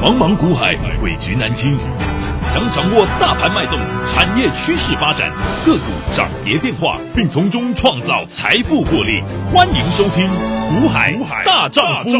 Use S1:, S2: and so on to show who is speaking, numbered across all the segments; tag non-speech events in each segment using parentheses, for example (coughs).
S1: 茫茫股海，诡局难清。想掌握大盘脉动、产业趋势发展、个股涨跌变化，并从中创造财富获利，欢迎收听《股海大丈夫》。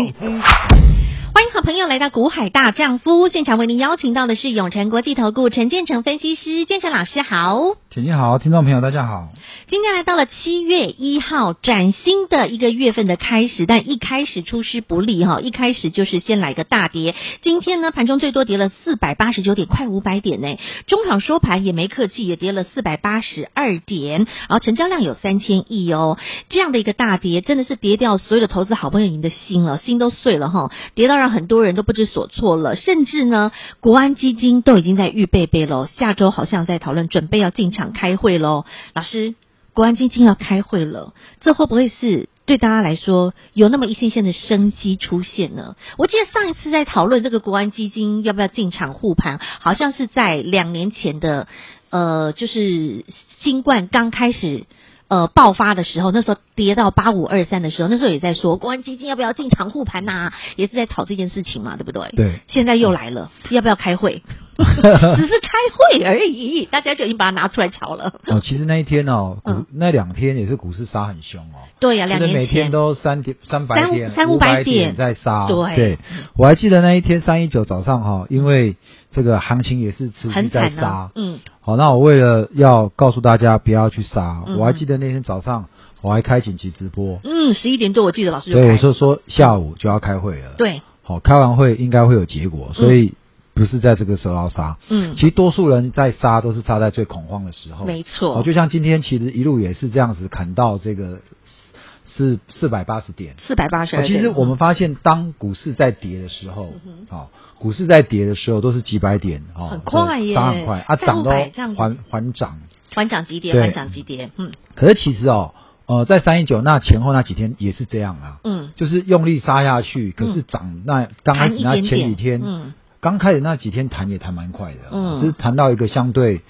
S2: 欢迎好朋友来到《股海大丈夫》现场，为您邀请到的是永诚国际投顾陈建成分析师，建成老师好。
S3: 田姐好，听众朋友大家好。
S2: 今天来到了七月一号，崭新的一个月份的开始，但一开始出师不利哈，一开始就是先来个大跌。今天呢，盘中最多跌了四百八十九点，快五百点呢。中场收盘也没客气，也跌了四百八十二点，然后成交量有三千亿哦。这样的一个大跌，真的是跌掉所有的投资好朋友您的心了，心都碎了哈，跌到让很多人都不知所措了，甚至呢，国安基金都已经在预备备喽，下周好像在讨论准备要进场开会喽。老师，国安基金要开会了，这会不会是对大家来说有那么一线线的生机出现呢？我记得上一次在讨论这个国安基金要不要进场护盘，好像是在两年前的，呃，就是新冠刚开始。呃，爆发的时候，那时候跌到八五二三的时候，那时候也在说国安基金要不要进场护盘呐、也是在吵这件事情嘛，对不对？
S3: 对，
S2: 现在又来
S3: (laughs)
S2: 了，要不要开会？只是开会而已，大家就已经把它拿出来吵了。
S3: 哦，其实那一天哦，股、
S2: 嗯
S3: 那两天也是股市杀很凶哦，
S2: 对呀、
S3: 就
S2: 两
S3: 是
S2: 年
S3: 每
S2: 前
S3: 天都三点三百
S2: 三
S3: 点、
S2: 三五
S3: 五
S2: 百
S3: 百
S2: 点
S3: 在杀哦、
S2: 对
S3: 我还记得那一天三一九早上哈、因为这个行情也是持续
S2: 很
S3: 在
S2: 惨
S3: 杀、
S2: 啊，嗯，
S3: 好，那我为了要告诉大家不要去杀，
S2: 嗯
S3: 我还记得那天早上我还开紧急直播，
S2: 嗯，十一点多我记得老师就
S3: 对，我
S2: 开，
S3: 说说下午就要开会了，，
S2: 对，
S3: 好，开完会应该会有结果，所以不是在这个时候要杀。
S2: 嗯
S3: 其，实多数人在杀都是杀在最恐慌的时候，
S2: 没
S3: 哦，
S2: 错，
S3: 就像今天其实一路也是这样子砍到这个四四百八十点。
S2: 四百八十
S3: 哦
S2: 二。
S3: 其实我们发现，当股市在跌的时候，哦，股市在跌的时候都是几百点，哦，
S2: 嗯很快耶
S3: 涨很快啊，
S2: 三
S3: 涨
S2: 五
S3: 都
S2: 百这样子
S3: 还还涨。
S2: 缓涨急跌，
S3: 对
S2: 缓涨急跌，嗯
S3: 可是其实哦，呃，在三一九那前后那几天也是这样啊，
S2: 嗯，
S3: 就是用力杀下去，可是涨那刚开始
S2: 谈嗯一
S3: 那
S2: 点
S3: 前几
S2: 点，
S3: 天，
S2: 嗯
S3: 刚开始那几天弹也弹蛮快的，啊
S2: 嗯
S3: 只是弹到一个相对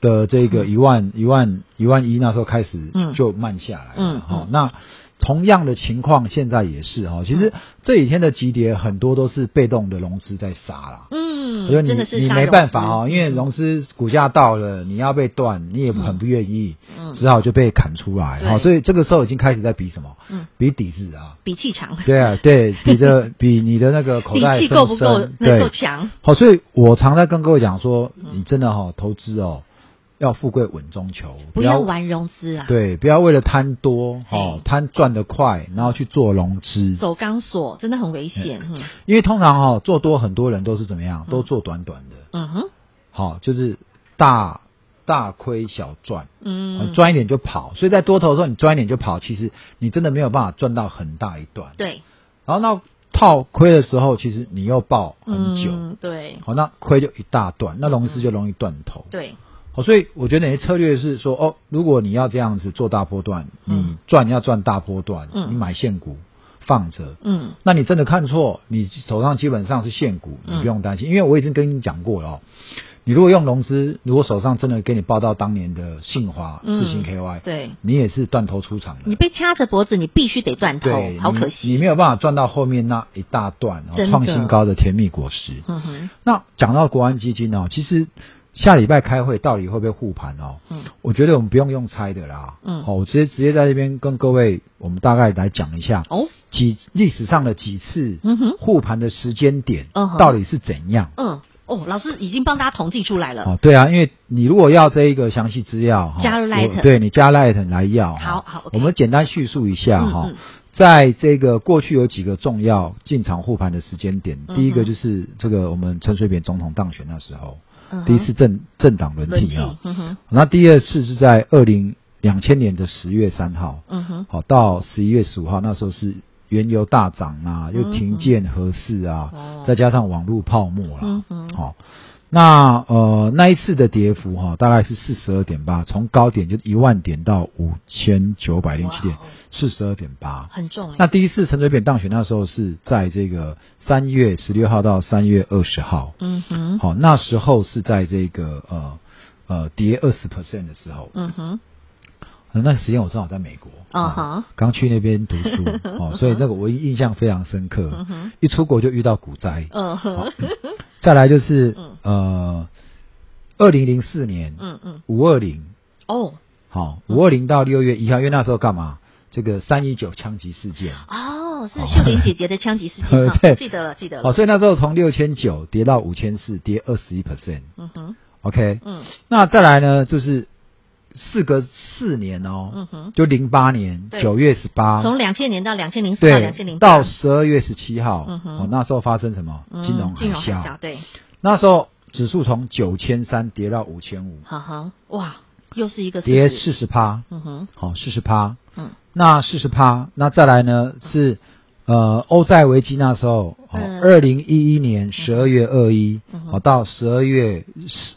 S3: 的这个一万一万一万一那时候开始
S2: 嗯
S3: 就慢下来了，
S2: 嗯
S3: 哦
S2: 嗯
S3: 那同样的情况现在也是哈、哦，其
S2: 嗯
S3: 实这几天的急跌很多都是被动的融资在杀啦。
S2: 嗯，
S3: 所以你
S2: 真的是
S3: 你
S2: 杀嗯
S3: 没
S2: 融
S3: 办
S2: 资
S3: 法哦，因为融资股价到了，你要被断，你也很不愿意，
S2: 嗯
S3: 只好就被砍出来
S2: 对
S3: 哈、哦。所以这个时候已经开始在比什么？
S2: 嗯
S3: 比底子啊。
S2: 比气长， (laughs)
S3: 对啊，对比着比你的那个口
S2: 底 (laughs)
S3: 袋
S2: 气
S3: 深
S2: 够
S3: 不
S2: 不够
S3: 深？
S2: 能
S3: 对，
S2: 够强？嗯
S3: 好，所以我常在跟各位讲说，你真的哈、哦、投资哦，要富贵稳中求，
S2: 不要玩融资啊，
S3: 对，不要为了贪多哦
S2: 嘿，
S3: 贪赚得快，然后去做融资，
S2: 走钢索真的很危险，嗯
S3: 因为通常哦做多很多人都是怎么样，都做短短的，
S2: 嗯哼，
S3: 好、就是大大亏小赚，哦
S2: 嗯，
S3: 赚一点就跑，所以在多头的时候你赚一点就跑，其实你真的没有办法赚到很大一段，
S2: 对，
S3: 然后那套亏的时候，其实你又抱很久，
S2: 嗯，对
S3: 好、那亏就一大段，那融资就容易断头。
S2: 对，
S3: 好，所以我觉得你的策略是说，哦，如果你要这样子做大波段，
S2: 嗯
S3: 你赚要赚大波段，
S2: 嗯
S3: 你买现股放着。
S2: 嗯
S3: 那你真的看错，你手上基本上是现股，
S2: 嗯
S3: 你不用担心，因为我已经跟你讲过了哦。你如果用融资，如果手上真的给你报到当年的信华、
S2: 嗯
S3: 四星 KY，
S2: 对，
S3: 你也是断头出场的。
S2: 你被掐着脖子，你必须得断头
S3: 对，，
S2: 好
S3: 你
S2: 可
S3: 你
S2: 惜，
S3: 没有办法赚到后面那一大段、哦
S2: 真、的
S3: 创新高的甜蜜果实。
S2: 嗯哼，
S3: 那讲到国安基金哦，其实下礼拜开会到底会不会护盘哦？
S2: 嗯
S3: 我觉得我们不用用猜的啦。哦
S2: 嗯
S3: 好、我直接直接在这边跟各位，我们大概来讲一下
S2: 哦，
S3: 几历史上的几次
S2: 嗯哼
S3: 护盘的时间点
S2: 嗯哼
S3: 到底是怎样。
S2: 嗯哦，老师已经帮大家统计出来了，
S3: 哦，对啊，因为你如果要这一个详细资料，哈
S2: 嗯加入 Lite
S3: 我对你加 Light 来要。
S2: 好
S3: 哈
S2: 好，OK
S3: 我们简单叙述一下哈、
S2: 嗯嗯
S3: 在这个过去有几个重要进场护盘的时间点，
S2: 嗯哼
S3: 第一个就是这个我们陈水扁总统当选那时候，
S2: 嗯哼
S3: 第一次政政党轮
S2: 轮
S3: 替
S2: 替
S3: 啊，，
S2: 嗯哼
S3: 那第二次是在二零两千年的十月三号，
S2: 嗯哼，
S3: 好、到十一月十五号，那时候是原油大涨啊，又停建合适啊，
S2: 嗯哦
S3: 再加上网络泡沫啦
S2: 嗯，哼
S3: 好、那呃那一次的跌幅哈、大概是四十二点八，从高点就一万点到五千九百零七点
S2: 哇，哦
S3: 四十二点八。
S2: 很重
S3: 那
S2: 哎，
S3: 第一次陈水扁当选那时候是在这个三月十六号到三月二十号，
S2: 嗯哼，
S3: 好、那时候是在这个呃呃跌二十 percent 的时候，
S2: 嗯哼，
S3: 那时间我正好在美国，
S2: 哦
S3: 啊
S2: 好
S3: 刚、去那边读
S2: (laughs)
S3: 书，哦，所以那个我印象非常深刻。
S2: 嗯哼
S3: 一出国就遇到股灾，
S2: 嗯哼
S3: 再来就是、
S2: 嗯
S3: 呃，二零零四年
S2: 嗯嗯，
S3: 五二零，
S2: 哦
S3: 好，五二零到六月一号，因为那时候干嘛？这个三一九枪击事件，
S2: 哦，是秀玲姐姐的枪击事
S3: (laughs)
S2: 件
S3: 对
S2: 啊，
S3: 对
S2: 记得了记得
S3: 哦，
S2: 了，
S3: 所以那时候从六千九跌到五千四，跌二十一 percent。
S2: 嗯哼
S3: OK，
S2: 嗯
S3: 那再来呢，就是事隔四年哦，
S2: 嗯哼，
S3: 就零八年
S2: 对
S3: 九月十八，
S2: 从两千年到两千零四到两千
S3: 啊对
S2: 零，
S3: 到十二月十七号，
S2: 嗯哼嗯
S3: 哦，那时候发生什么金融海
S2: 金融海
S3: 啸？
S2: 啸，对，
S3: 那时候指数从九千三跌到五千五，
S2: 哈哈，哇，又是一个
S3: 跌
S2: 40，
S3: 四十趴，
S2: 嗯哼，
S3: 好，四十趴。
S2: 嗯
S3: 那四十趴，那再来呢是呃欧债危机那时候，哦
S2: 嗯
S3: 二零一一年十二月二一、
S2: 嗯哼
S3: 好到十二月十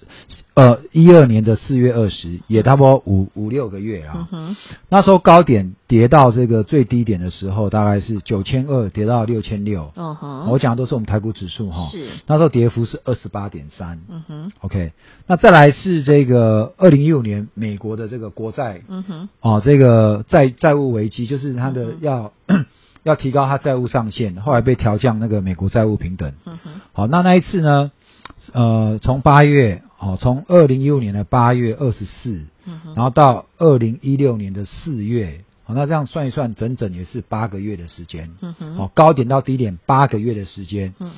S3: 呃一二年的四月二十，也差不多五五六个月
S2: 嗯
S3: 啊。
S2: 哼，
S3: 那时候高点跌到这个最低点的时候，大概是九千二跌到六千六，
S2: 哦哼，
S3: 我讲的都是我们台股指数哈，
S2: 是，
S3: 那时候跌幅是二十八点三。
S2: 嗯哼，
S3: OK，那再来是这个二零一五年美国的这个国债
S2: 嗯哼，
S3: 哦，这个债债务危机就是他的
S2: 嗯哼
S3: 要、 (coughs) 要提高他债务上限，后来被调降那个美国债务平等。
S2: 嗯哼，
S3: 好，那那一次呢，呃，从八月哦，从二零一五年的八月二十四，
S2: 嗯哼，
S3: 然后到二零一六年的四月，好，那这样算一算，整整也是八个月的时间。
S2: 嗯哼，
S3: 好，高点到低点八个月的时间，
S2: 嗯，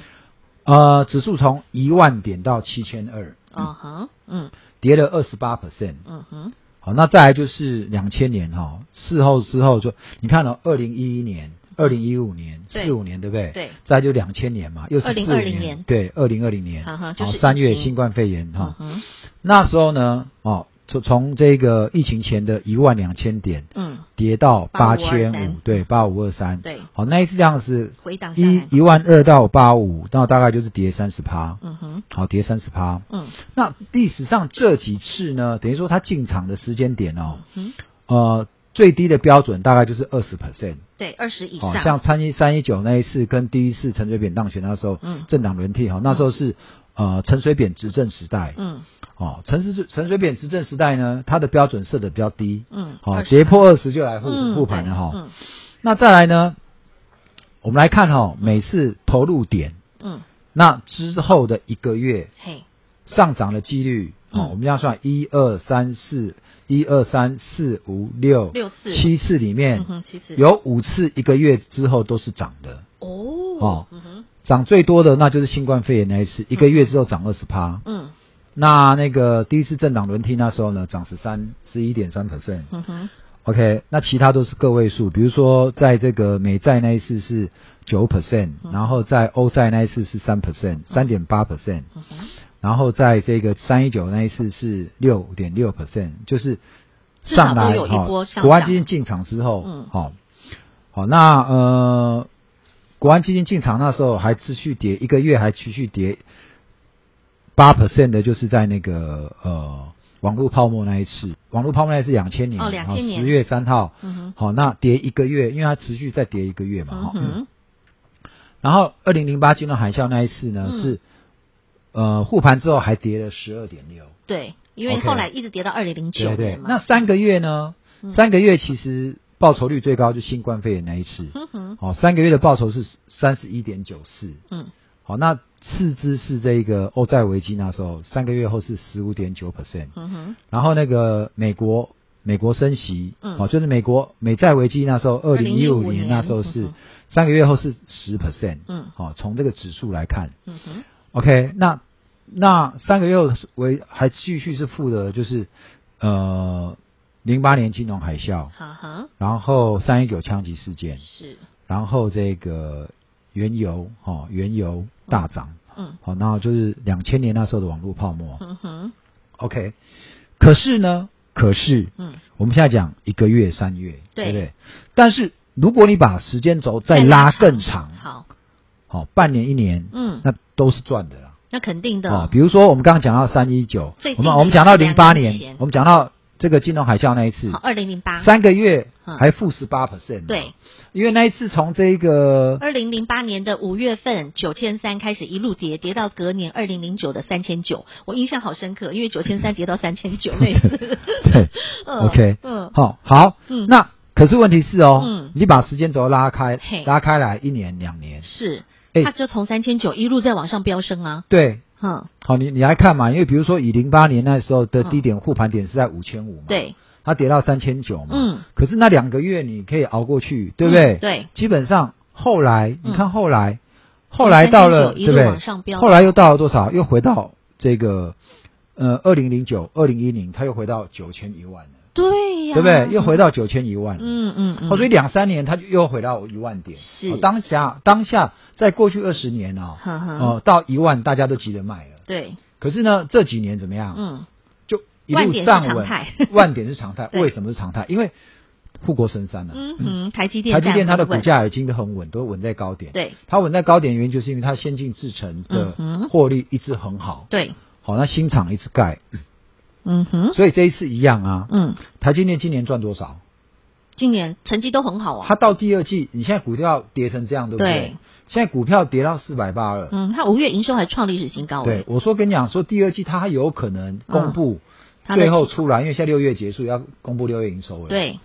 S3: 呃，指数从一万点到七千二，
S2: 哦哼，嗯
S3: 跌了二十八 percent。
S2: 嗯哼，
S3: 好，那再来就是两千年哈、事后之后就你看哦，二零一一年、二零一五年、
S2: 对
S3: 四五年，对不对？。
S2: 对，
S3: 再来就两千年嘛，又是
S2: 2020
S3: 45
S2: 年
S3: 对，二零二零年，
S2: 哈
S3: 好
S2: 哈就是疫情
S3: 三月新冠肺炎
S2: 嗯
S3: 哈、
S2: 哼，
S3: 那时候呢，哦，从从这个疫情前的一万两千点
S2: 嗯，
S3: 跌到八千
S2: 8523
S3: 五，对，八五二三，
S2: 对
S3: 好，那一次这样是
S2: 回档下
S3: 一
S2: 来，
S3: 一万二到八五，那大概就是跌三十趴，
S2: 嗯哼，
S3: 好，跌三十趴。
S2: 嗯
S3: 那历史上这几次呢，等于说它进场的时间点哦，
S2: 哼，
S3: 呃，最低的标准大概就是二十 percent，
S2: 对，二十以
S3: 哦，
S2: 上，
S3: 像三一三一九那一次跟第一次陈水扁当选那时候，
S2: 嗯
S3: 政党轮替哈、哦，那时候是呃陈水扁执政时代，
S2: 嗯
S3: 哦，陈水陈水扁执政时代呢，它的标准设的比较低，
S2: 嗯，
S3: 好、
S2: 20
S3: 跌破二十就来护
S2: 嗯
S3: 护盘
S2: 对
S3: 了哈、
S2: 嗯
S3: 那再来呢，我们来看哈、哦，每次投入点，
S2: 嗯，
S3: 那之后的一个月
S2: 嘿，
S3: 上涨的几率，哦
S2: 嗯，
S3: 我们这样算，一二三四，一二三四五六
S2: 六次
S3: 七次里面
S2: 嗯，哼，其实
S3: 有五次一个月之后都是涨的，
S2: 哦，
S3: 哦
S2: 嗯哼，
S3: 涨最多的那就是新冠肺炎那一次，一个月之后涨二十趴。
S2: 嗯
S3: 那那个第一次政党轮替那时候呢，涨十三十一点三 percent。
S2: 嗯哼，
S3: OK，那其他都是个位数，比如说在这个美债那一次是九 percent，
S2: 嗯
S3: 然后在欧债那一次是三 percent，三点八 percent，
S2: 嗯哼，
S3: 然后在这个三一九那一次是六点六 percent，就是
S2: 至少
S3: 上来
S2: 都有一
S3: 哈
S2: 波上，涨
S3: 国安基金进场之后，
S2: 嗯
S3: 好、好，那呃，国安基金进场那时候还持续跌，一个月还持续跌八 percent 的，就是在那个呃网络泡沫那一次，网络泡沫那一次两千年，
S2: 哦2000年
S3: 十月三号，
S2: 嗯哼，
S3: 好，那跌一个月，因为它持续再跌一个月嘛，
S2: 嗯
S3: 哈、
S2: 哼，
S3: 然后二零零八金融海啸那一次呢、
S2: 嗯
S3: 是。呃，护盘之后还跌了十二点六，
S2: 对，因为
S3: OK
S2: 后来一直跌到二零零九
S3: 对对
S2: 年。嘛，
S3: 那三个月呢？
S2: 嗯
S3: 三个月其实报酬率最高就新冠肺炎那一次，
S2: 嗯哼，
S3: 哦，三个月的报酬是三十一点九四，
S2: 嗯
S3: 好，那次之是这个欧债危机那时候，三个月后是十五点九 percent，
S2: 嗯哼，
S3: 然后那个美国美国升息，
S2: 嗯
S3: 哦，就是美国美债危机那时候，二零一
S2: 2015
S3: 五
S2: 年
S3: 年那时候
S2: 嗯
S3: 是
S2: 哼
S3: 三个月后是十 percent，
S2: 嗯
S3: 好，从这个指数来看
S2: 嗯哼，
S3: ，OK，那那三个月后是为还继续是负的，就是呃零八年金融海啸，
S2: 哈哈，
S3: 然后三一九枪击事件，
S2: 是，
S3: 然后这个原油哦，原油大涨，
S2: 嗯
S3: 好、然后就是两千年那时候的网络泡沫。
S2: 嗯哼，
S3: OK，可是呢，可是
S2: 嗯，
S3: 我们现在讲一个月、三月，
S2: 对
S3: 对不对？但是如果你把时间轴再拉更长，
S2: 好，
S3: 好、半年、一年，
S2: 嗯，
S3: 那都是赚的啦。
S2: 那肯定的，
S3: 啊哦，比如说我们刚刚讲到三一九
S2: 最，
S3: 我
S2: 近
S3: 们我们讲到零八
S2: 两年
S3: 年
S2: 前，
S3: 我们讲到这个金融海啸那一次
S2: 好，，二零零八，
S3: 三个月
S2: 嗯
S3: 还负十八 percent，
S2: 对，
S3: 因为那一次从这个。
S2: 二零零八年的五月份九千三开始一路跌，跌到隔年二零零九的三千九，我印象好深刻，因为九千三跌到三千九那
S3: (laughs)
S2: 次
S3: 对
S2: 嗯
S3: OK
S2: 嗯，
S3: 好好，
S2: 嗯
S3: 那可是问题是哦，
S2: 嗯
S3: 你把时间轴拉开
S2: 嘿，
S3: 拉开来一年两年，
S2: 是，
S3: 哎
S2: 它就从三千九一路在往上飙升啊。
S3: 对，
S2: 嗯，
S3: 好，你你来看嘛，因为比如说以零八年那时候的
S2: 嗯
S3: 低点护盘点是在五千五嘛，，
S2: 对，
S3: 它跌到三千九嘛，
S2: 嗯，
S3: 可是那两个月你可以熬过去，对不对？
S2: 嗯对，
S3: 基本上后来
S2: 嗯
S3: 你看后来，后来到了对
S2: 从3,900一路
S3: 不对
S2: 往上？飙
S3: 后来又到了多少？又回到这个呃二零零九、二零一零，它又回到九千一万了，
S2: 对呀、
S3: 对不对？又回到九千一万了。
S2: 嗯嗯嗯，
S3: 哦，所以两三年它就又回到一万点。
S2: 是
S3: 哦当下当下，在过去二十年啊、
S2: 呵呵
S3: 哦，到一万大家都急着卖了。
S2: 对，
S3: 可是呢，这几年怎么样？
S2: 嗯，
S3: 就一
S2: 万
S3: 路
S2: 点是
S3: 站
S2: 常
S3: 稳
S2: 态。
S3: (laughs) 万点是常态，
S2: 对
S3: 为什么是常态？因为护国神山呢、啊。
S2: 嗯哼，台积电，
S3: 台积电它的股，价已经都很稳，都稳在高点。
S2: 对
S3: 它稳在高点的原因就是因为它先进制程的
S2: 嗯哼
S3: 获利一直很好，
S2: 对，
S3: 好，那新厂一直盖，
S2: 嗯哼，
S3: 所以这一次一样啊。
S2: 嗯，
S3: 台积电今年赚多少？
S2: 今年成绩都很好啊。
S3: 它到第二季，你现在股票跌成这样，对不
S2: 对
S3: 对？现在股票跌到四百八了。
S2: 嗯，它五月营收还创历史新高，啊
S3: 对，，我说跟你讲，说第二季它还有可能公布
S2: 嗯它的
S3: 最后出来，因为现在六月结束要公布六月营收了。，
S2: 对，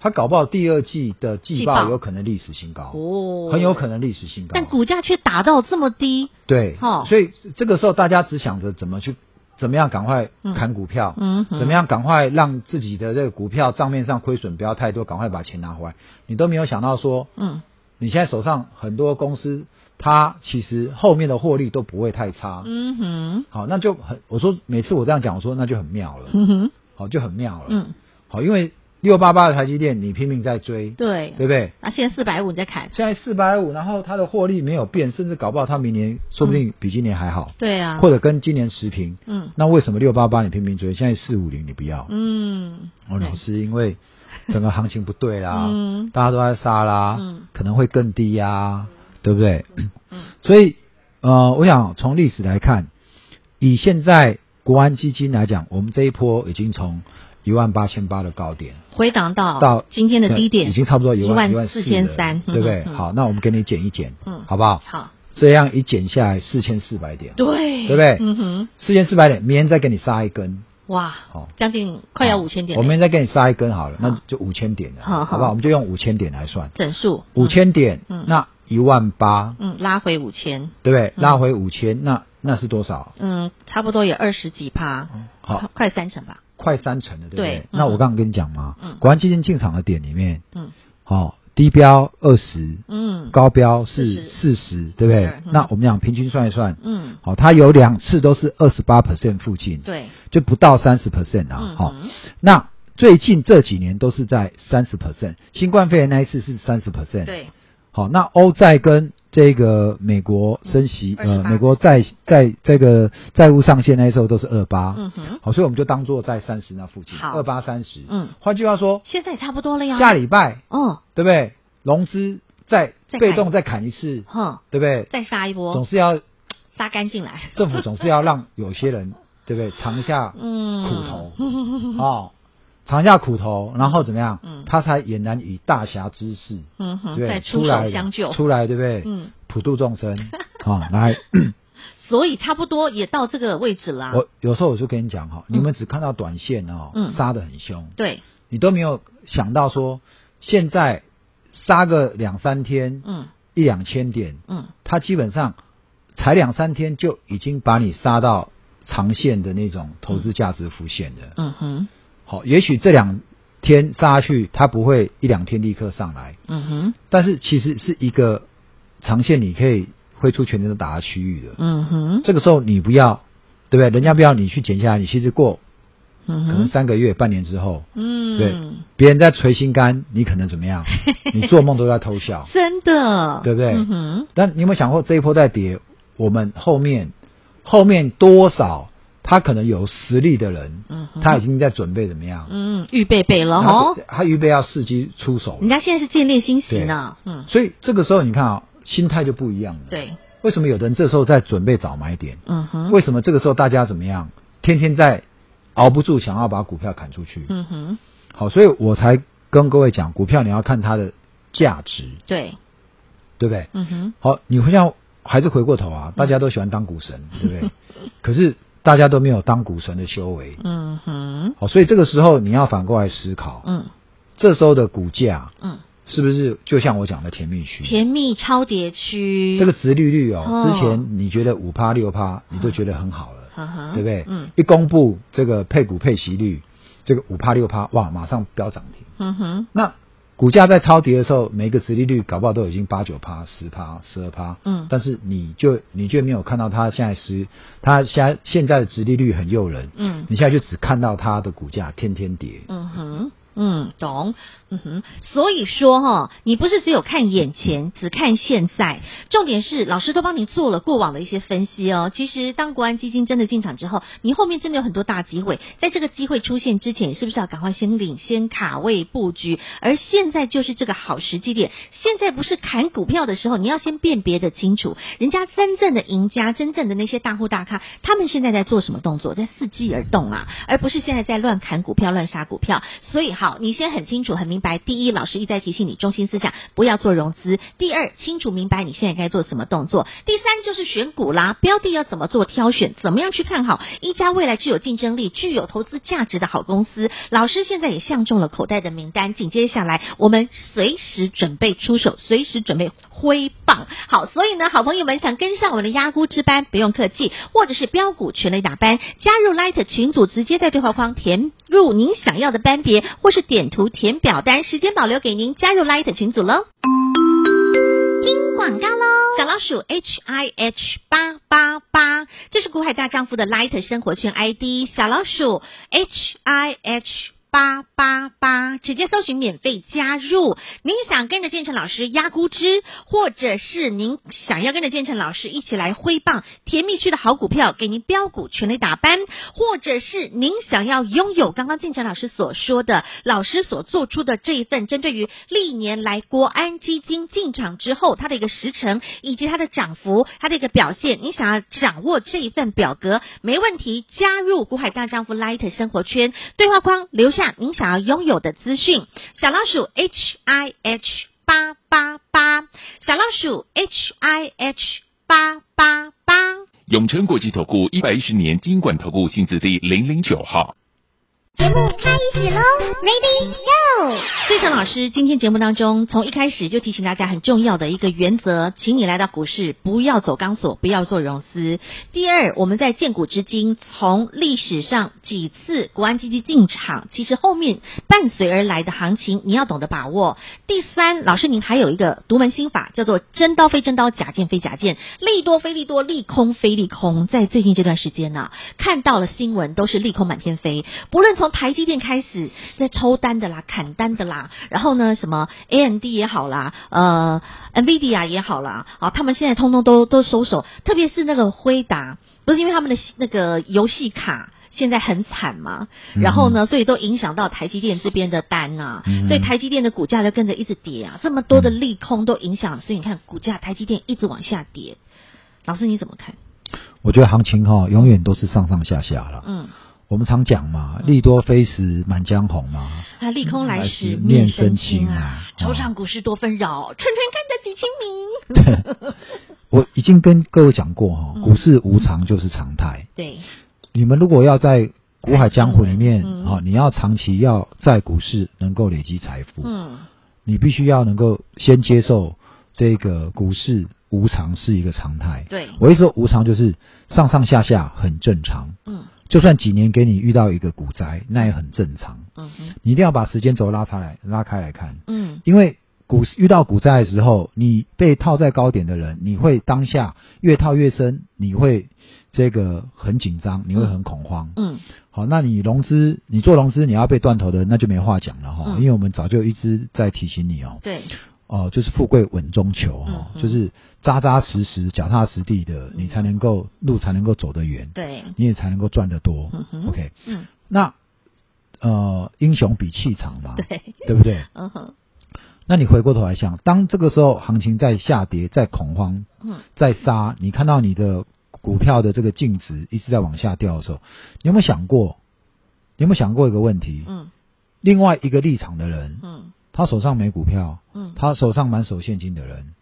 S3: 它搞不好第二季的季
S2: 季
S3: 报
S2: 报
S3: 有可能历史新高，
S2: 哦，
S3: 很有可能历史新高。
S2: 但股价却打到这么低，
S3: 对
S2: 哦，
S3: 所以这个时候大家只想着怎么去，怎么样赶快
S2: 嗯
S3: 砍股票，
S2: 嗯哼
S3: 怎么样赶快让自己的这个股票账面上亏损不要太多，赶快把钱拿回来。你都没有想到说，
S2: 嗯，
S3: 你现在手上很多公司，它其实后面的获利都不会太差。
S2: 嗯哼，
S3: 好，那就很，我说每次我这样讲，我说那就很妙了，
S2: 嗯哼，
S3: 好，就很妙了。
S2: 嗯，
S3: 好，因为六八八的台积电，你拼命在追，
S2: 对，
S3: 对不对？
S2: 啊，现在四百五你在砍，
S3: 现在四百五，然后它的获利没有变，甚至搞不好它明年说不定比今年还好。
S2: 对啊，
S3: 或者跟今年持平，
S2: 嗯
S3: 那为什么六八八你拼命追，现在四五零你不要？
S2: 嗯，
S3: 哦，老师，因
S2: (laughs)
S3: 为整个行情不对啦，
S2: 嗯
S3: 大家都在杀啦，
S2: 嗯
S3: 可能会更低呀、对不对？
S2: 嗯
S3: (clears throat) 所以呃，我想从历史来看，以现在国安基金来讲，我们这一波已经从一万八千八的高点
S2: 回档到
S3: 到
S2: 今天的低点，
S3: 已经差不多一万
S2: 一
S3: 一
S2: 万
S3: 万
S2: 四
S3: 四
S2: 千三，
S3: 对不对？
S2: 嗯，
S3: 好，那我们给你减一减，
S2: 嗯
S3: 好不好？
S2: 好，
S3: 这样一减下来四千四百点，
S2: 对，
S3: 对不对
S2: 嗯哼，
S3: 四千四百点，明天再给你杀一根。
S2: 哇
S3: 好，
S2: 将近快要五千点
S3: 我
S2: 了，
S3: 们再给你杀一根好了，
S2: 好
S3: 那就五千点了，
S2: 好好
S3: 好不好？我们就用五千点来算，
S2: 整数
S3: 五，千点
S2: 嗯，
S3: 那一万八，
S2: 嗯，嗯拉回五千，
S3: 对不对？
S2: 嗯
S3: 拉回五千，那那是多少？
S2: 嗯，差不多也二十几趴，
S3: 嗯好，
S2: 快三成吧，
S3: 快三成了，对不
S2: 对
S3: 对
S2: 嗯？
S3: 那我刚刚跟你讲嘛
S2: 嗯，
S3: 国安基金进场的点里面，
S2: 嗯
S3: 好，低标二十，
S2: 嗯，
S3: 高标是
S2: 40
S3: 四十，对不对
S2: 嗯？
S3: 那我们讲平均算一算，
S2: 嗯，
S3: 好，它有两次都是二十八 percent 附近，
S2: 对，
S3: 就不到三十 percent 啊，
S2: 嗯
S3: 好。
S2: 哼
S3: 那最近这几年都是在三十 percent，新冠肺炎那一次是三十 percent。，
S2: 对，
S3: 好，那欧债跟这个美国升息，
S2: 嗯
S3: 呃，
S2: 28
S3: 美国债债这个债务上限那时候都是二八、
S2: 嗯哼，
S3: 好，所以我们就当做在三十那附近，
S2: 好
S3: 二八三十。
S2: 嗯，啊
S3: 换句话说，
S2: 现在也差不多了呀，
S3: 下礼拜
S2: 哦，
S3: 对不对？融资再
S2: 再砍
S3: 被动再砍一次，
S2: 哼，
S3: 对不对？
S2: 再杀一
S3: 总
S2: 波，
S3: 是要
S2: 杀干净来，
S3: 政府总是要让有些人对不对尝一下
S2: 嗯，
S3: 苦头，哦，尝一下苦头，然后怎么样？
S2: 嗯
S3: 他才俨然以大侠之势，对
S2: 嗯哼，
S3: 不对？
S2: 再
S3: 出
S2: 出
S3: 来
S2: 手相救，
S3: 出来对不对？
S2: 嗯，
S3: 普度众
S2: (laughs)
S3: 生，好、来，
S2: 所以差不多也到这个位置啦，
S3: 我有时候我就跟你讲哈、你们只看到短线哦，
S2: 啊嗯
S3: 杀的很凶，
S2: 对，
S3: 你都没有想到说现在杀个两三天，
S2: 嗯
S3: 一两千点，
S2: 嗯，
S3: 它基本上才两三天就已经把你杀到长线的那种投资价值浮现了。
S2: 嗯哼，
S3: 好，也许这两天杀下去，它不会一两天立刻上来，
S2: 嗯哼，
S3: 但是其实是一个长线，你可以挥出全力的打的区域的。
S2: 嗯哼，
S3: 这个时候你不要，对不对？人家不要你去减下来，你其实过
S2: 嗯
S3: 可能
S2: 哼，
S3: 三个月、半年之后，
S2: 嗯，
S3: 别人在捶心肝，你可能怎么样？
S2: (laughs)
S3: 你做梦都在偷笑。
S2: 真的，
S3: 对不对
S2: 嗯哼，
S3: 但你有没有想过，这一波在跌，我们后面后面多少他可能有实力的人，
S2: 嗯哼
S3: 他已经在准备怎么样？
S2: 嗯，预备备了
S3: 然后
S2: 哦
S3: 他，他预备要伺机出手了
S2: 人家现在是建立欣喜呢，嗯，
S3: 所以这个时候你看啊、心态就不一样了。，
S2: 对，
S3: 为什么有的人这时候在准备找买点？
S2: 嗯哼，
S3: 为什么这个时候大家怎么样？天天在熬不住想要把股票砍出去。
S2: 嗯哼，
S3: 好，所以我才跟各位讲，股票你要看它的价值，
S2: 对，
S3: 对不对？
S2: 嗯哼，
S3: 好，你会像还是回过头啊，大家都喜欢当股神，对不
S2: (laughs)
S3: 对？可是大家都没有当股神的修为。
S2: 嗯哼，
S3: 好，所以这个时候你要反过来思考，
S2: 嗯
S3: 这时候的股价
S2: 嗯，
S3: 是不是就像我讲的甜蜜区？
S2: 甜蜜超跌区，
S3: 这个，值利率哦，
S2: 哦
S3: 之前你觉得五趴六趴，你都觉得很好了，
S2: 呵呵，
S3: 对不对？
S2: 嗯
S3: 一公布这个配股配息率，这个五趴六趴，哇，马上飙涨停。
S2: 嗯哼，
S3: 那股价在超跌的时候，每个殖利率搞不好都已经八九趴、十趴、十二趴，
S2: 嗯
S3: 但是你就你就没有看到它现在十，它现在现在的殖利率很诱人，
S2: 嗯
S3: 你现在就只看到它的股价天天跌，
S2: 嗯哼。嗯，懂，嗯哼，所以说哈、你不是只有看眼前，只看现在，重点是老师都帮你做了过往的一些分析哦。其实当国安基金真的进场之后，你后面真的有很多大机会，在这个机会出现之前，是不是要赶快先领先卡位布局？而现在就是这个好时机点，现在不是砍股票的时候，你要先辨别的清楚，人家真正的赢家，真正的那些大户大咖，他们现在在做什么动作，在伺机而动啊，而不是现在在乱砍股票、乱杀股票。所以好，你先很清楚、很明白。第一，老师一再提醒你中心思想，不要做融资；第二，清楚明白你现在该做什么动作；第三，就是选股啦，标的要怎么做挑选，怎么样去看好一家未来具有竞争力、具有投资价值的好公司。老师现在也相中了口袋的名单，紧接下来我们随时准备出手，随时准备挥棒。好，所以呢，好朋友们想跟上我们的压估之班，不用客气，或者是标股全雷打班，加入 Light 群组，直接在对话框填入您想要的班别，或是点图填表单，时间保留给您加入 Light 群组喽。听广告喽。小老鼠 H I H 八八八，这是股海大丈夫的 Light 生活圈 ID，小老鼠 H I H。八八八，直接搜寻免费加入。您想跟着建成老师压估值，或者是您想要跟着建成老师一起来挥棒甜蜜区的好股票，给您标股全力打班，或者是您想要拥有刚刚建成老师所说的老师所做出的这一份针对于历年来国安基金进场之后它的一个时程，以及它的涨幅、它的一个表现，你想要掌握这一份表格，没问题，加入股海大丈夫 Light 生活圈对话框，留下您想要拥有的资讯。小老鼠 H I H 八八八，小老鼠 H I H 八八八。
S1: 永诚国际投顾一百一十年金管投顾性质第零零九号。
S4: 节目开始喽，Ready Go！
S2: 志成老师今天节目当中，从一开始就提醒大家很重要的一个原则，请你来到股市不要走钢索，不要做融资。第二，我们在建股之今，从历史上几次国安基金进场，其实后面伴随而来的行情，你要懂得把握。第三，老师您还有一个独门心法，叫做真刀非真刀，假剑非假剑，利多非利多，利空非利空。在最近这段时间呢、看到了新闻都是利空满天飞，不论从台积电开始在抽单的啦、砍单的啦，然后呢什么 AMD 也好啦，呃 NVIDIA 也好啦，啊，他们现在通通都都收手，特别是那个辉达，不是因为他们的那个游戏卡。现在很惨嘛，然后呢，所以都影响到台积电这边的单啊，
S3: 嗯
S2: 所以台积电的股价就跟着一直跌啊，这么多的利空都影响，所以你看股价台积电一直往下跌，老师你怎么看？
S3: 我觉得行情哈、永远都是上上下下啦。
S2: 嗯，
S3: 我们常讲嘛，利多非时满江红嘛，
S2: 啊，利空来时
S3: 嗯
S2: 面
S3: 面
S2: 生
S3: 生
S2: 青
S3: 青
S2: 啊
S3: 啊，
S2: 惆怅股市多纷扰，春春看得几清明。
S3: 我已经跟各位讲过哈、
S2: 嗯
S3: 股市无常就是常态。
S2: 对，
S3: 你们如果要在股海江湖里面
S2: 嗯
S3: 啊、你要长期要在股市能够累积财富，
S2: 嗯
S3: 你必须要能够先接受这个股市无常是一个常态。
S2: 对
S3: 我一说无常就是上上下下很正常，
S2: 嗯
S3: 就算几年给你遇到一个股灾，那也很正常。
S2: 嗯哼
S3: 你一定要把时间轴拉开来拉开来看，
S2: 嗯
S3: 因为股市遇到股灾的时候，你被套在高点的人，你会当下越套越深，你会这个很紧张，你会很恐慌。
S2: 嗯
S3: 好，那你融资，你做融资，你要被断头的，那就没话讲了哈、
S2: 嗯
S3: 因为我们早就一直在提醒你哦，
S2: 对，
S3: 哦，就是富贵稳中求哈、
S2: 嗯哼
S3: 就是扎扎实实、脚踏实地的，你才能够路才能够走得远，
S2: 对，
S3: 你也才能够赚得多。
S2: 嗯哼
S3: OK，
S2: 嗯
S3: 那呃，英雄比气长嘛，
S2: 对，
S3: 不对？
S2: 嗯哼
S3: 那你回过头来想，当这个时候行情在下跌、在恐慌、
S2: 嗯
S3: 在杀，你看到你的股票的这个净值一直在往下掉的时候，你有没有想过，你有没有想过一个问题？
S2: 嗯
S3: 另外一个立场的人，
S2: 嗯
S3: 他手上没股票，
S2: 嗯
S3: 他手上满手现金的人，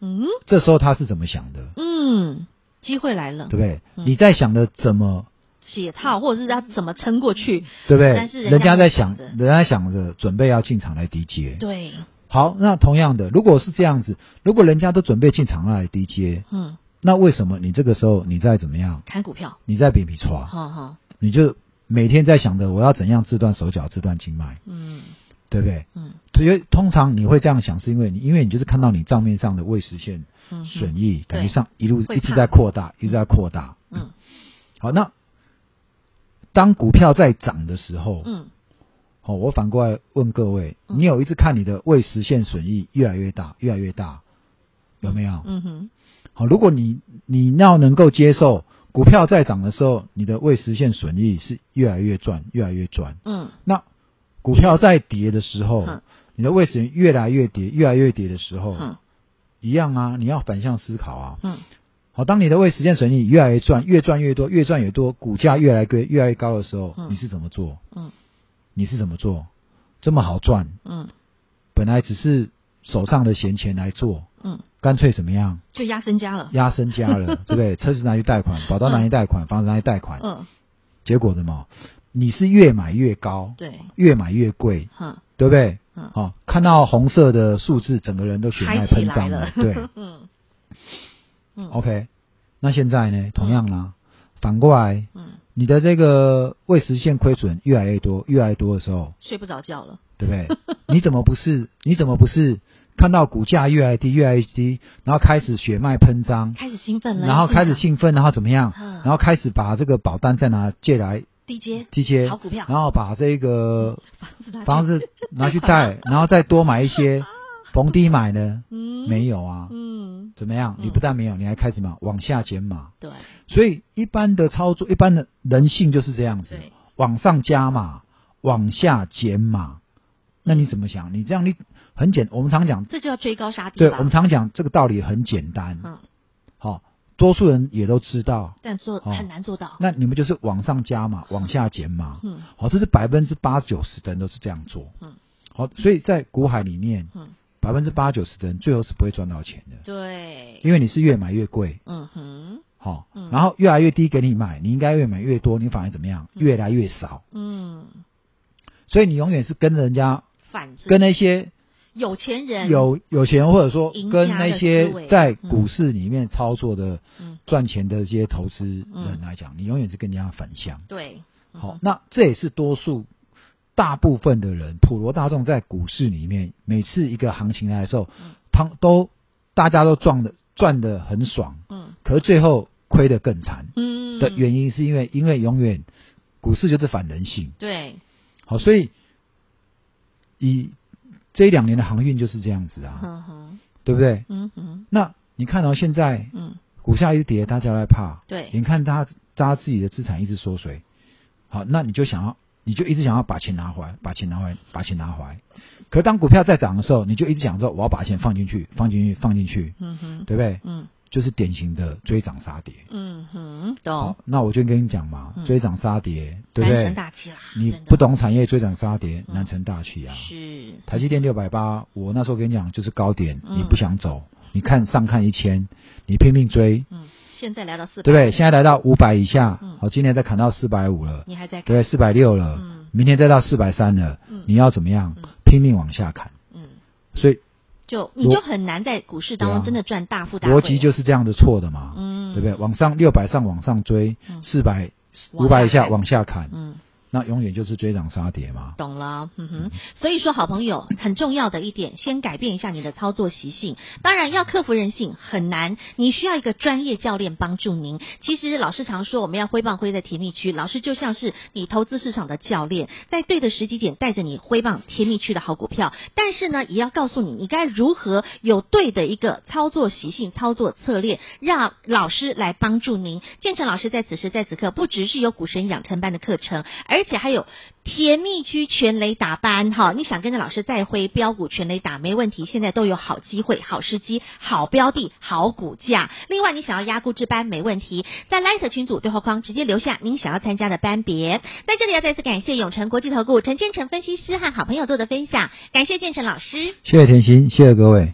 S2: 嗯
S3: 这时候他是怎么想的？
S2: 嗯，机会来了
S3: 对，不对？
S2: 嗯
S3: 你在想的怎么？
S2: 解套或者是要怎么撑过去？
S3: 对不对？
S2: 但是人
S3: 人
S2: 家
S3: 家在
S2: 在
S3: 想，
S2: 想着
S3: 人家想着准备要进场来低接。
S2: 对，
S3: 好，那同样的，如果是这样子，如果人家都准备进场来低接，
S2: 嗯，
S3: 那为什么你这个时候你再怎么样，
S2: 看股票，
S3: 你再比比刷，
S2: 哈哈，
S3: 你就每天在想着我要怎样自断手脚、自断经脉，
S2: 嗯
S3: 对不对？
S2: 嗯
S3: 所以通常你会这样想，是因为你因为你就是看到你账面上的未实现
S2: 嗯，
S3: 损益，
S2: 对
S3: 感觉上一路
S2: 会
S3: 一直
S2: 怕
S3: 在扩大，一直在扩大。
S2: 嗯
S3: 好，那当股票在涨的时候，
S2: 嗯
S3: 好、我反过来问各位，
S2: 嗯
S3: 你有一次看你的未实现损益越来越大，越来越大，有没有？
S2: 嗯哼，
S3: 好、如果你你要能够接受股票在涨的时候，你的未实现损益是越来越赚，越来越赚。
S2: 嗯
S3: 那股票在跌的时候，
S2: 嗯
S3: 你的未实现越来越跌，越来越跌的时候，
S2: 嗯
S3: 一样啊，你要反向思考啊。
S2: 嗯
S3: 好，当你的未实现损益越来越赚，越赚越多，越赚越多，股价越来越越来越高的时候，
S2: 嗯
S3: 你是怎么做？
S2: 嗯
S3: 你是怎么做？这么好赚，
S2: 嗯
S3: 本来只是手上的闲钱来做，
S2: 嗯，
S3: 干脆怎么样
S2: 就压身家了，
S3: 压身家
S2: (laughs)
S3: 了，对不对？车子拿去贷款，保单拿去贷款，房子拿去贷款，
S2: 嗯，
S3: 结果什么？你是越买越高，
S2: 对，
S3: 越买越贵，
S2: 哼，
S3: 对不对？
S2: 嗯
S3: 好、看到红色的数字，整个人都血脉
S2: 嗨起
S3: 喷
S2: 来
S3: 张
S2: 了，
S3: 对
S2: (laughs) 嗯嗯
S3: ，OK。那现在呢？同样啦，反过来，
S2: 嗯，
S3: 你的这个未实现亏损越来越多，越来越多的时候，
S2: 睡不着觉了，
S3: 对不对？
S2: (laughs)
S3: 你怎么不是？你怎么不是看到股价越来越低，越来越低，然后开始血脉喷张，
S2: 开始兴奋了，
S3: 然后
S2: 要进
S3: 开始
S2: 场
S3: 兴奋，然后怎么样？
S2: 嗯
S3: 然后开始把这个保单再拿借来
S2: 低阶
S3: 提接
S2: 好，股票，
S3: 然后把这个
S2: 房子
S3: 房子拿
S2: 拿去
S3: 去
S2: (laughs)
S3: 贷，然后再多买一些，逢低买呢？
S2: 嗯
S3: 没有啊，
S2: 嗯
S3: 怎么样？
S2: 嗯
S3: 你不但没有，你还开始嘛往下减码。
S2: 对
S3: 所以一般的操作，一般的人性就是这样子，
S2: 对
S3: 往上加码，往下减码。那你怎么想？你这样你很简，我们常讲，
S2: 这就要追高杀低
S3: 对
S2: 吧
S3: 我们常讲这个道理很简单，
S2: 嗯
S3: 好、多数人也都知道。
S2: 但做
S3: 哦
S2: 很难做到
S3: 那你们就是往上加码，往下减码，
S2: 嗯
S3: 好、这是百分之八九十的人都是这样做，
S2: 嗯
S3: 好、所以在股海里面，
S2: 嗯
S3: 百分之八九十的人最后是不会赚到钱的，
S2: 对
S3: 因为你是越买越贵，
S2: 嗯哼
S3: 好、
S2: 嗯
S3: 然后越来越低给你买，你应该越买越多，你反而怎么样？越来越少，
S2: 嗯
S3: 所以你永远是跟着人家，
S2: 反正
S3: 跟那些
S2: 有钱人
S3: 有有钱人，或者说
S2: 嗯赢家的
S3: 跟那
S2: 思维
S3: 些在股市里面操作的
S2: 嗯
S3: 赚钱的这些投资人来讲，你永远是跟人家反向。
S2: 对嗯
S3: 好，那这也是多数大部分的人，普罗大众在股市里面，每次一个行情来的时候
S2: 嗯，
S3: 他都大家都赚的赚的很爽，
S2: 嗯
S3: 可是最后亏得更惨。
S2: 嗯
S3: 的原因是因为，因为永远股市就是反人性，
S2: 嗯对
S3: 好，所以以这一两年的航运就是这样子啊，
S2: 嗯哼
S3: 对不对？
S2: 嗯哼
S3: 那你看到、哦现在
S2: 嗯
S3: 股价一直跌，大家都在怕，
S2: 对
S3: 你看大家大家自己的资产一直缩水，好，那你就想要，你就一直想要把钱拿回来，把钱拿回来，把钱拿回来。可当股票在涨的时候，你就一直想说我要把钱放进去，放进去，放进去，
S2: 嗯哼
S3: 对不对？
S2: 嗯
S3: 就是典型的追涨杀跌。
S2: 嗯哼懂
S3: 好，那我就跟你讲嘛
S2: 嗯，
S3: 追涨杀跌，对
S2: 男
S3: 不对？
S2: 成大气啦
S3: 你
S2: 真的
S3: 不懂产业追涨杀跌，
S2: 嗯
S3: 难成大器啊！
S2: 是
S3: 台积电六百八，我那时候跟你讲就是高点，
S2: 嗯
S3: 你不想走，你看上看一千，你拼命追，
S2: 嗯现在来到四
S3: 对不对？现在来到五百以下
S2: 嗯，
S3: 好，今年再砍到四百五了，
S2: 你还在看
S3: 对，四百六了，
S2: 嗯
S3: 明天再到四百三了
S2: 嗯，
S3: 你要怎么样
S2: 嗯？
S3: 拼命往下砍，
S2: 嗯
S3: 所以
S2: 就你就很难在股市当
S3: 对
S2: 中
S3: 啊
S2: 真的赚大富大贵
S3: 逻辑就是这样子错的嘛，
S2: 嗯
S3: 对不对？往上六百上往上追
S2: 嗯，
S3: 四百
S2: 往
S3: 五
S2: 下
S3: 百以下
S2: 砍
S3: 往下砍，
S2: 嗯。
S3: 那永远就是追涨杀跌嘛。
S2: 懂了，嗯哼，所以说好朋友很重要的一点，先改变一下你的操作习性。当然要克服人性很难，你需要一个专业教练帮助您。其实老师常说我们要挥棒挥在甜蜜区，老师就像是你投资市场的教练，在对的时机点带着你挥棒甜蜜区的好股票，但是呢，也要告诉你你该如何有对的一个操作习性、操作策略，让老师来帮助您。建成老师在此时在此刻不只是有股神养成班的课程，而而且还有甜蜜区全雷打班哈，你想跟着老师再挥标股全雷打没问题，现在都有好机会、好时机、好标的、好股价。另外，你想要压估值班没问题，在 Light 群组对话框直接留下您想要参加的班别。在这里要再次感谢永诚国际投顾陈建成分析师和好朋友做的分享，感谢建成老师。
S3: 谢谢甜心，谢谢各位。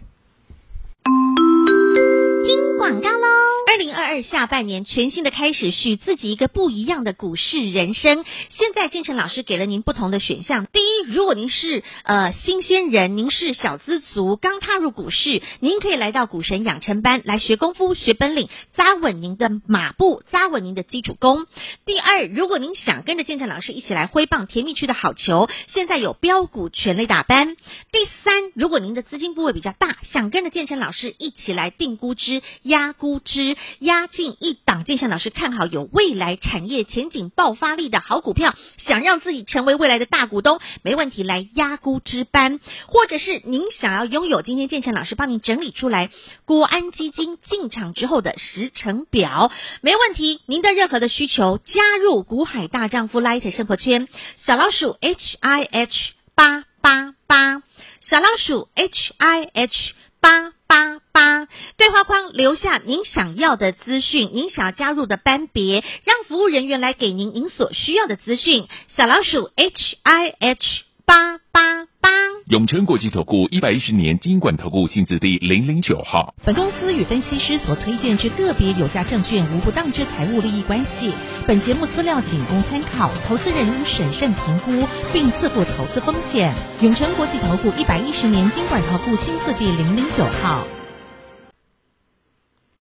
S2: 听广告喽。二零二二下半年全新的开始，许自己一个不一样的股市人生。现在建成老师给了您不同的选项。第一，如果您是呃新鲜人，您是小资族，刚踏入股市，您可以来到股神养成班来学功夫、学本领，扎稳您的马步，扎稳您的基础功。第二，如果您想跟着建成老师一起来挥棒甜蜜区的好球，现在有标股全类打班。第三，如果您的资金部位比较大，想跟着建成老师一起来定估值、压估值、压进一档建成老师看好有未来产业前景爆发力的好股票，想让自己成为未来的大股东，没问题，来压估值班，或者是您想要拥有今天建成老师帮您整理出来国安基金进场之后的时程表，没问题，您的任何的需求加入股海大丈夫 Light 生活圈，小老鼠 H I H 八八八，小老鼠 H I H 八八八，对话框留下您想要的资讯，您想要加入的班别，让服务人员来给您您所需要的资讯。小老鼠 H I H 八八八。
S1: 永诚国际投顾一百一十年金管投顾性质第零零九号。
S2: 本公司与分析师所推荐之个别有价证券无不当之财务利益关系。本节目资料仅供参考，投资人应审慎评估并自负投资风险。永诚国际投顾一百一十年经管投顾新字第零零九号。